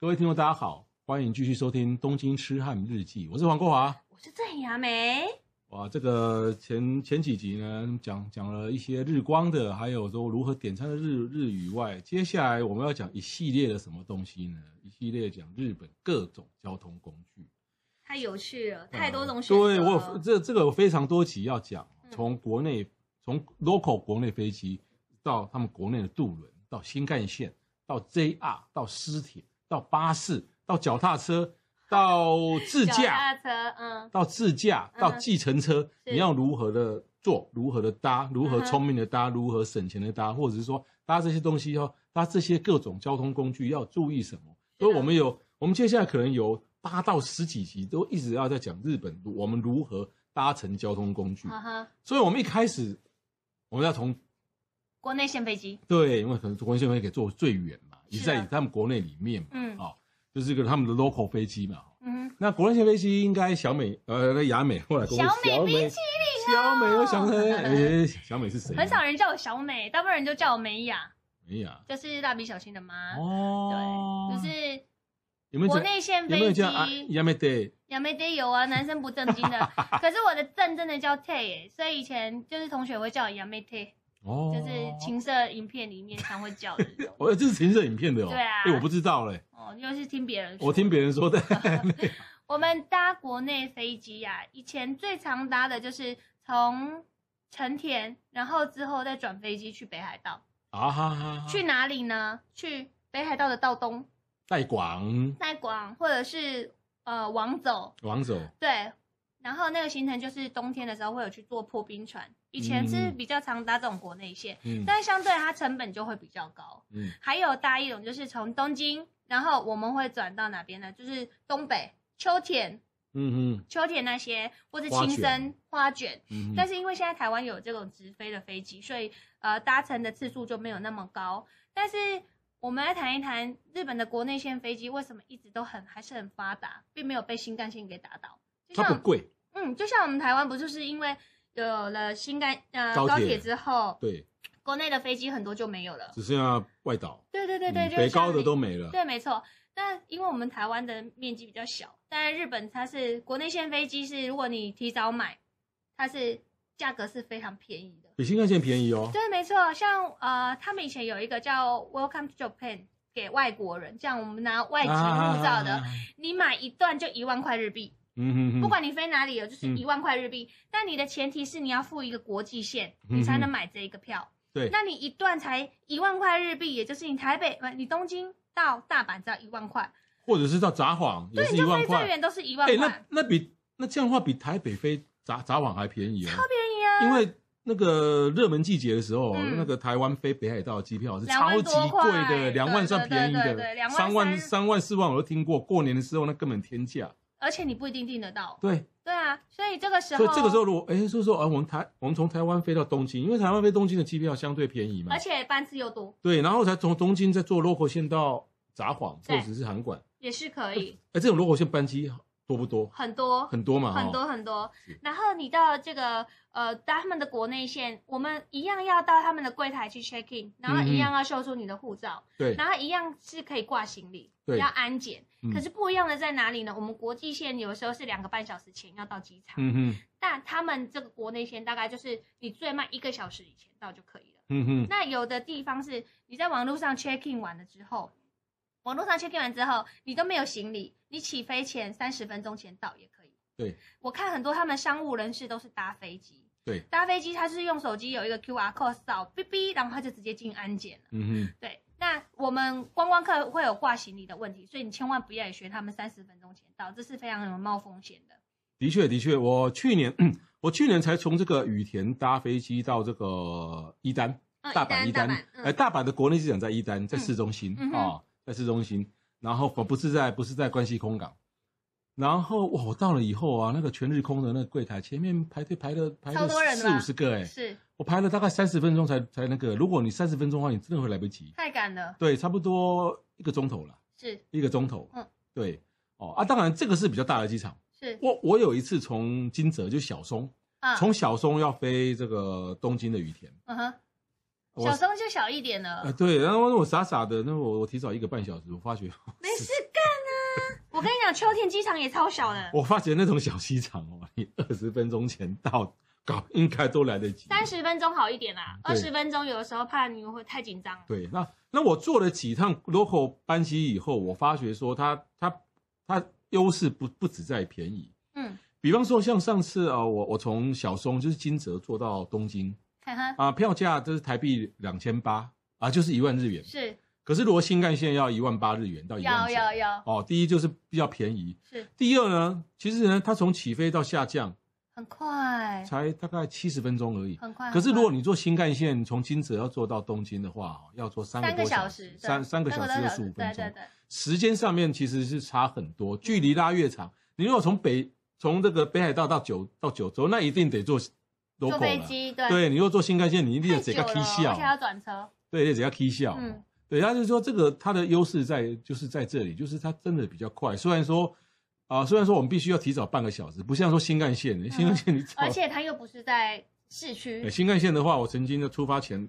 各位听众，大家好，欢迎继续收听《东京痴汉日记》，我是黄国华。我是郑雅梅，哇，这个前前几集呢，讲讲了一些日光的，还有说如何点餐的日日语外，接下来我们要讲一系列的什么东西呢？一系列讲日本各种交通工具，太有趣了，太多种嗯选择。对我有这这个有非常多集要讲，嗯从国内从 local 国内飞机到他们国内的渡轮，到新干线，到 JR，到私铁，到巴士，到脚踏车，到自脚驾。踏车，嗯，到自驾嗯到计程车，是你要如何的做，如何的搭，如何嗯哼聪明的搭，如何省钱的搭，或者是说搭这些东西要搭这些各种交通工具要注意什么？是所的以我们有，我们接下来可能有八到十几集都一直要在讲日本，我们如何搭乘交通工具。哈哈，所以我们一开始我们要从国内线飞机，对，因为可能国内线飞机可以做最远嘛，也是在的他们国内里面嘛，嗯哦，就是一个他们的 local 飞机嘛。哦嗯，那国内线飞机应该小美呃，那雅美后来跟我小美冰淇淋小哦美，我想说，哎，小美是谁？很少人叫我小美，大部分人都叫我美雅，没呀。就是蜡笔小新的妈，哦，啊对，就是有没有国讲内线有没有飞叫啊机，雅美对，杨梅爹有啊，男生不正经 的，可是我的正真的叫 T，耶所以以前就是同学会叫我杨梅 T，哦，就是情色影片里面常会叫的 那种，哦，这是情色影片的哦。对啊哎我不知道嘞，哦，又是听别人说，我听别人 说的。 我们搭国内飞机呀、以前最常搭的就是从成田，然后之后再转飞机去北海道。啊哈哈，去哪里呢？去北海道的道东、带广奈广，或者是呃往走。王总，对，然后那个行程就是冬天的时候会有去坐破冰船。以前是嗯比较常搭这种国内线，嗯但相对它成本就会比较高。嗯，还有搭一种就是从东京，然后我们会转到哪边呢？就是东北秋田。嗯嗯秋田那些，或是花青卷森花卷。嗯，但是因为现在台湾有这种直飞的飞机，所以呃搭乘的次数就没有那么高。但是我们来谈一谈日本的国内线飞机为什么一直都很还是很发达，并没有被新干线给打倒。就它不像贵，嗯，就像我们台湾不就是因为有了新干呃高铁高铁之后，对，国内的飞机很多就没有了。只剩下外岛，对对对对，嗯就北像高的你都没了。对，没错。那因为我们台湾的面积比较小，但日本它是国内线飞机是，如果你提早买，它是价格是非常便宜的。比新干线便宜哦。对，没错。像呃，他们以前有一个叫 Welcome to Japan 给外国人，这样我们拿外籍护照的，啊你买一段就一万块日币，嗯嗯嗯，不管你飞哪里有，就是嗯一万块日币。但你的前提是你要付一个国际线，嗯你才能买这一个票。对那你一段才一万块日币，也就是你台北不，你东京到大阪只要一万块。或者是到札幌也对，是你一就万飞最块，远都是一万哎，块，那那比那这样的话比台北飞札札幌还便宜哦，超便宜啊！因为那个热门季节的时候，哦嗯那个台湾飞北海道的机票是两超万级多贵块的，两万算便宜对对对对的对，两万三万三三万四万我都听过，过年的时候那根本天价。而且你不一定订得到。对，对啊，所以这个时所候，以这个时候，如果哎，所以说啊，我们台我们从台湾飞到东京，因为台湾飞东京的机票相对便宜嘛而，且班次又多，对，然后才从东京再坐 local 线到札幌对或者是函馆，也是可以哎，这种 local 线班机多不多？很多很多嘛，很哦。多很多是。然后你到这个呃，到他们的国内线，我们一样要到他们的柜台去 check in，然后嗯嗯一样要秀出你的护照，对，然后一样是可以挂行李，对要安检。嗯可是不一样的在哪里呢？我们国际线有时候是两个半小时前要到机场，嗯哼，但他们这个国内线大概就是你最慢一个小时以前到就可以了。嗯哼，那有的地方是你在网络上 check in 完了之后，网络上 check in 完之后，你都没有行李，你起飞前三十分钟前到也可以。对，我看很多他们商务人士都是搭飞机，对搭飞机他是用手机有一个 QR code 扫，哔哔，然后他就直接进安检了。嗯哼，对，那我们观光客会有挂行李的问题，所以你千万不要也学他们三十分钟前到，这是非常有冒风险的。的确的确，我去年我去年才从这个羽田搭飞机到这个伊丹，嗯大阪一伊单丹大阪，，呃，嗯，大阪的国内机场在伊丹，在市中心嗯嗯哼啊，在市中心。然后不是在不是在关西空港，然后哇，我到了以后啊，那个全日空的那个柜台前面排队排了排超多了人四的吧五十个哎、是我排了大概三十分钟才才那个，如果你三十分钟的话，你真的会来不及，太赶了，对，差不多一个钟头了，是一个钟头，嗯，对，哦啊，当然这个是比较大的机场，是我我有一次从金泽就小松，啊，从小松要飞这个东京的羽田，嗯哼，我小松就小一点啊，了，对，然后我傻傻的，那我我提早一个半小时，我发觉没事干啊。我跟你讲，秋田机场也超小的，我发觉那种小机场哦，你二十分钟前到，搞应该都来得及。三十分钟好一点啦，二对十分钟有的时候怕你会太紧张。对，那那我坐了几趟 local 班机以后，我发觉说它它它优势不不只在便宜，嗯，比方说像上次啊、呃我我从小松就是金泽坐到东京哈哈，啊、票价就是台币两千八啊，就是一万日元。是可是如果新干线要一万八日元到一万要九，要要，哦，第一就是比较便宜，是第二呢，其实呢，它从起飞到下降很快，才大概七十分钟而已。很快。可是很如快果你坐新干线从金泽要坐到东京的话，哦要坐三三个个多小时时，，三对三个小时多又十五分对对嗯钟，对，时间上面其实是差很多，距离拉越长。你如果从北从这个北海道到九到九州，那一定得坐坐 local 飞了。机对，对，你若坐新干线，你一定太得整久个了，踢而且笑哦要，转车，对，得整个踢笑。嗯，对，他就说这个它的优势在就是在这里，就是它真的比较快。虽然说啊、虽然说我们必须要提早半个小时，不像说新干线，新干线你早，嗯而且它又不是在市哎区，新干线的话，我曾经的出发前，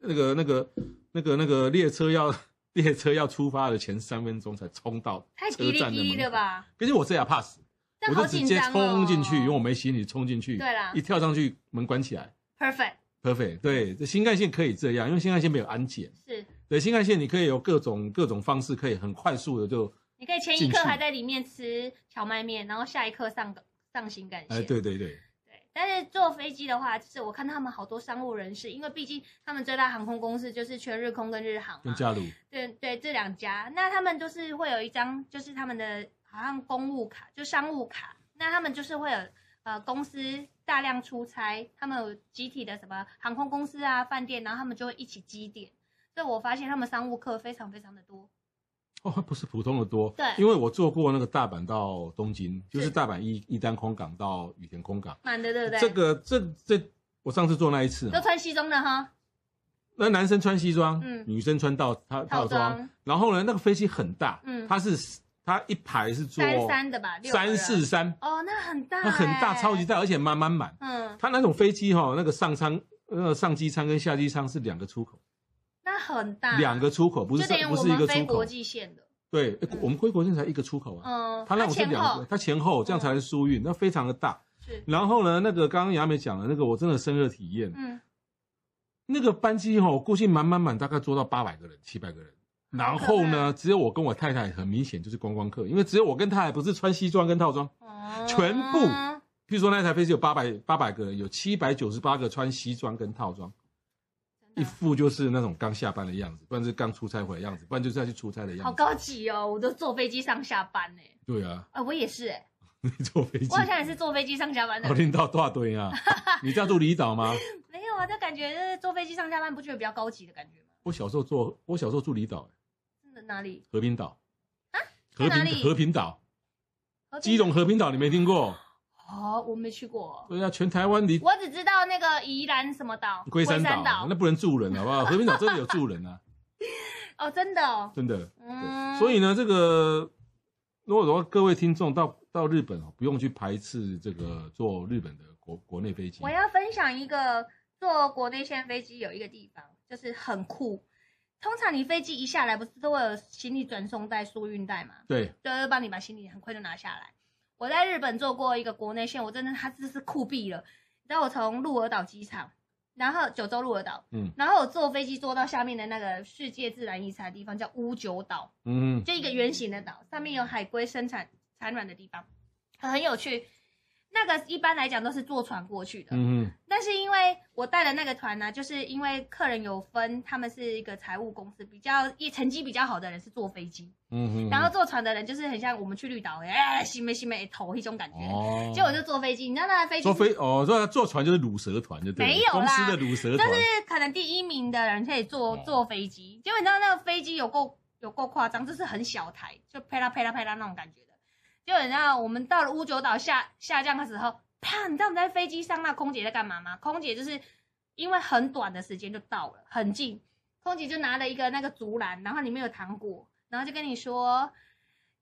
那个那个那个那个列车要列车要出发的前三分钟才冲到太车叽里站叽的哩门的口，吧？可是我这也怕死，但我好就直紧接张哦冲进去，因为我没行李冲进去，对啊啦一跳上去门关起来 perfect ，perfect。对，这新干线可以这样，因为新干线没有安检。是，对，新干线你可以有各种各种方式，可以很快速的就，你可以前一进刻去还在里面吃荞麦面，然后下一刻上上新干哎，线，对对对，对，但是坐飞机的话，就是我看他们好多商务人士，因为毕竟他们最大航空公司就是全日空跟日航跟嘛，加入，对对，这两家，那他们就是会有一张，就是他们的好像公务卡，就商务卡，那他们就是会有呃公司大量出差，他们有集体的什么航空公司啊、饭店，然后他们就会一起积点，所以我发现他们商务客非常非常的多，哦，不是普通的多，对因为我坐过那个大阪到东京，就是是大阪一一丹空港到羽田空港，满的对不对？这个这这，我上次坐那一次都哦，穿西装的哈，那男生穿西装，嗯女生穿套套套套装，装然后呢，那个飞机很大，嗯它是它一排是坐三三的吧，六个三人四三，哦，那很大、欸，它很大，超级，大，而且满满满，嗯，它那种飞机哈，那个上舱呃上机舱跟下机舱是两个出口，那很大，两个出口不是啊就等于不我是一们个飞出国口，际线的，对，诶嗯我们归国线才一个出口啊。嗯，它它让我是前两后嗯个，它前后这样才能疏运，那非常的大。是，然后呢，那个刚刚雅美讲的那个，我真的深刻体验，嗯，那个班机哦，我估计满满满大概坐到八百个人、七百个人。然后嗯呢，只有我跟我太太，很明显就是观光客，因为只有我跟太太不是穿西装跟套装。哦全部譬如说那台飞机有八百八百个人，有七百九十八个穿西装跟套装，一真的副就是那种刚下班的样子，不然就是刚出差回来的样子，不然就是要去出差的样好子。高级哦！我都坐飞机上下班呢、对啊， 啊、我也是、欸，你坐飞机我，好像也是坐飞机上下班的我。听到大堆 啊！你家住离岛吗？没有啊，这感觉就是坐飞机上下班，不觉得比较高级的感觉吗？我小时候坐，我小时候住离岛，欸真的哪里？和平岛啊在和平哪里和平岛，和平基隆和平岛你没听过？哦，我没去过，对啊，全台湾离我只知道那个宜兰什么岛，龟山岛啊，岛那不能住人好 不好？和平岛真的有住人啊，哦，真的哦，真的。嗯，对所以呢，这个如果说各位听众到到日本哦，不用去排斥这个坐日本的国国内飞机我。要分享一个坐国内线飞机有一个地方，就是很酷。通常你飞机一下来，不是都会有行李转送带、疏运带吗？对，就是帮你把行李很快就拿下来。我在日本做过一个国内线，我真的它真是酷毙了。你知道我从鹿儿岛机场，然后九州鹿儿岛，嗯然后我坐飞机坐到下面的那个世界自然遗产的地方叫乌九岛，嗯，就一个圆形的岛，上面有海龟生产产卵的地方，很有趣。那个一般来讲都是坐船过去的，嗯嗯但是因为我带的那个团呢、就是因为客人有分，他们是一个财务公司，比较一成绩比较好的人是坐飞机，嗯嗯，然后坐船的人就是很像我们去绿岛，哎、西美西美头一种感觉。哦，结果就坐飞机，你知道那飞机坐飞哦，坐坐船就是卤蛇团就对了，没有公啦司的卤蛇就团，是可能第一名的人可以坐哦坐飞机，结果你知道那个飞机有够有够夸张，这是很小台，就啪啦啪啦啪啦那种感觉的。结果你知道，我们到了乌九岛下下降的时候，啪！你知道我们在飞机上那空姐在干嘛吗？空姐就是因为很短的时间就到了，很近，空姐就拿了一个那个竹篮，然后里面有糖果，然后就跟你说，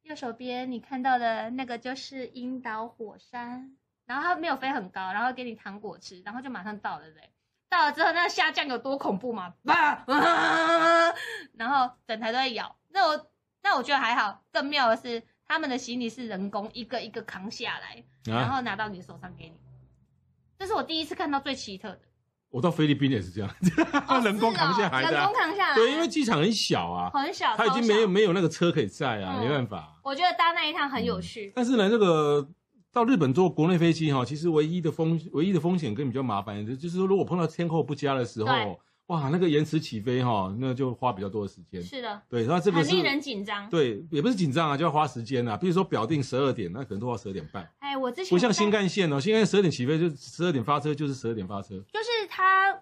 右手边你看到的那个就是樱岛火山，然后它没有飞很高，然后给你糖果吃，然后就马上到了，对不对？到了之后，那下降有多恐怖嘛？啊啊！ 然后整台都在咬。那我那我觉得还好，更妙的是他们的行李是人工一个一个扛下来，然啊，后拿到你手上给你。这是我第一次看到最奇特 的，我到菲律宾也是这样， 人工扛下来是哦的人啊、工扛下来，对，因为机场很小啊， 很小，它已经没有超小。没有那个车可以载啊，嗯没办法。我觉得搭那一趟很有趣，但是呢，这个到日本坐国内飞机哈，其实唯一的风唯一的风险跟比较麻烦的，就是说如果碰到天候不佳的时对候，哇，那个延迟起飞哈，那就花比较多的时间。是的，对，那这个很嗯是令人紧张。对，也不是紧张啊，就要花时间啊。比如说表定十二点，那可能都要十二点半，哎，我之前不像新在干线哦，新干线十二点起飞就十二点发车，就是十二点发车。就是他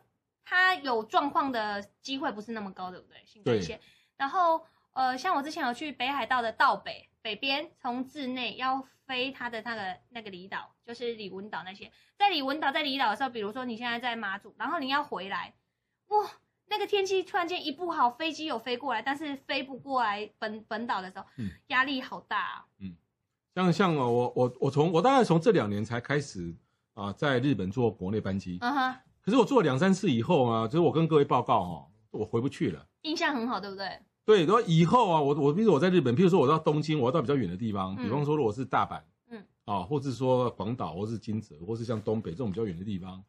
他有状况的机会不是那么高，对不对？新干线。然后呃，像我之前有去北海道的道北北边，从志内要飞它的那个那个离岛，就是李文岛那些，在李文岛在离岛的时候，比如说你现在在马祖，然后你要回来，哇。那个天气突然间一不好，飞机有飞过来，但是飞不过来本本岛的时候嗯，压力好大、啊。像像哦我我我从我大概从这两年才开始啊，在日本坐国内班机，嗯哼，可是我坐了两三次以后啊，就是我跟各位报告哦，我回不去了。印象很好，对不对？对，然后以后啊，我我比如说我在日本，譬如说我到东京，我要到比较远的地方，嗯比方说我是大阪，嗯嗯，啊，或是说广岛，或是金泽，或是像东北这种比较远的地方，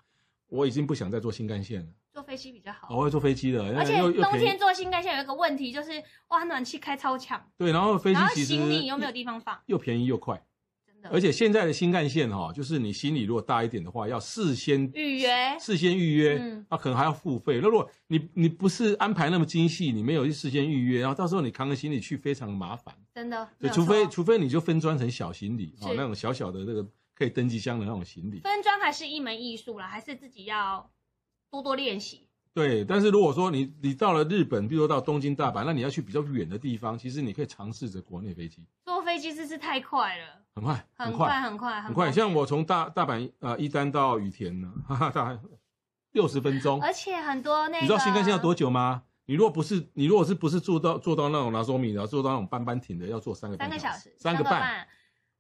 我已经不想再坐新干线了，坐飞机比较好。啊我会坐飞机了，而且又又冬便天宜。坐新干线有一个问题，就是哇，暖气开超强，对，然后飞机然后其实行李又没有地方放，又便宜又快，真的。而且现在的新干线哈、就是你行李如果大一点的话，要事先预约事先预约，嗯啊，可能还要付费。那如果你你不是安排那么精细，你没有去事先预约，然后到时候你扛个行李去非常麻烦。真的，对，没有除非错除非你就分装成小行李哦是，那种小小的那个可以登机箱的那种行李。分装还是一门艺术啦，还是自己要多多练习。对，但是如果说你你到了日本，比如说到东京、大阪，那你要去比较远的地方，其实你可以尝试着国内飞机，坐飞机真是太快了，很快，很快，很快，很很快。像我从大大阪呃一丹到羽田呢，哈哈，大概六十分钟。而且很多那个你知道新干线要多久吗？你如果不是你如果是不是坐到坐到那种拿索米，然后坐到那种班班停的，要坐三个三半个小时，三个半。半。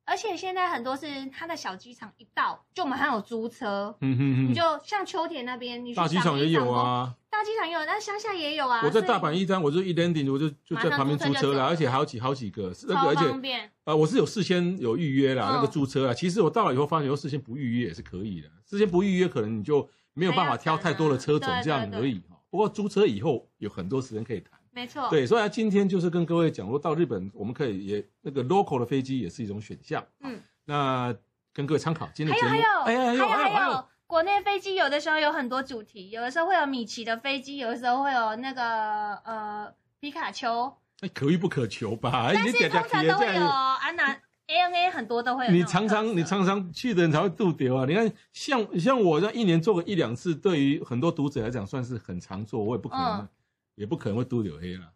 而且现在很多是它的小机场一到就马上有租车，嗯哼你哼，就像秋田那边，你去大机场也有啊。大机场也有，但乡下也有啊。我在大所阪一单，我就一 landing，我就就在旁边租马上租车车就走啦，而且还有几好几个，是以那个超而方且便。呃，我是有事先有预约啦，嗯那个租车啦。啊其实我到了以后发觉，事先不预约也是可以的，事先不预约可能你就没有办法挑太多的车种还要等啊这样而已哈。不过租车以后有很多时间可以谈，没错，对，所以啊，今天就是跟各位讲说，到日本我们可以也那个 local 的飞机也是一种选项，嗯嗯，那跟各位参考今天还的节有目，还有，哎呀还还有有还还有有，国内飞机有的时候有很多主题，有的时候会有米奇的飞机，有的时候会有那个呃皮卡丘，哎可遇不可求吧，但哎你是点点通常提的都会这有样安娜 ANA 很多都会有那你种特色。常常你常常去的人才会度丢啊！你看，像像我这样一年做个一两次，对于很多读者来讲算是很常做，我也不可能，嗯也不可能会度丢黑啦。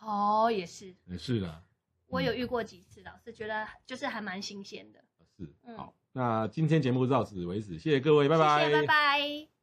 哦也是，嗯是啦，我嗯有遇过几次，老师觉得就是还蛮新鲜的。是嗯好。那今天节目就到此为止，谢谢各位，拜谢谢，拜拜。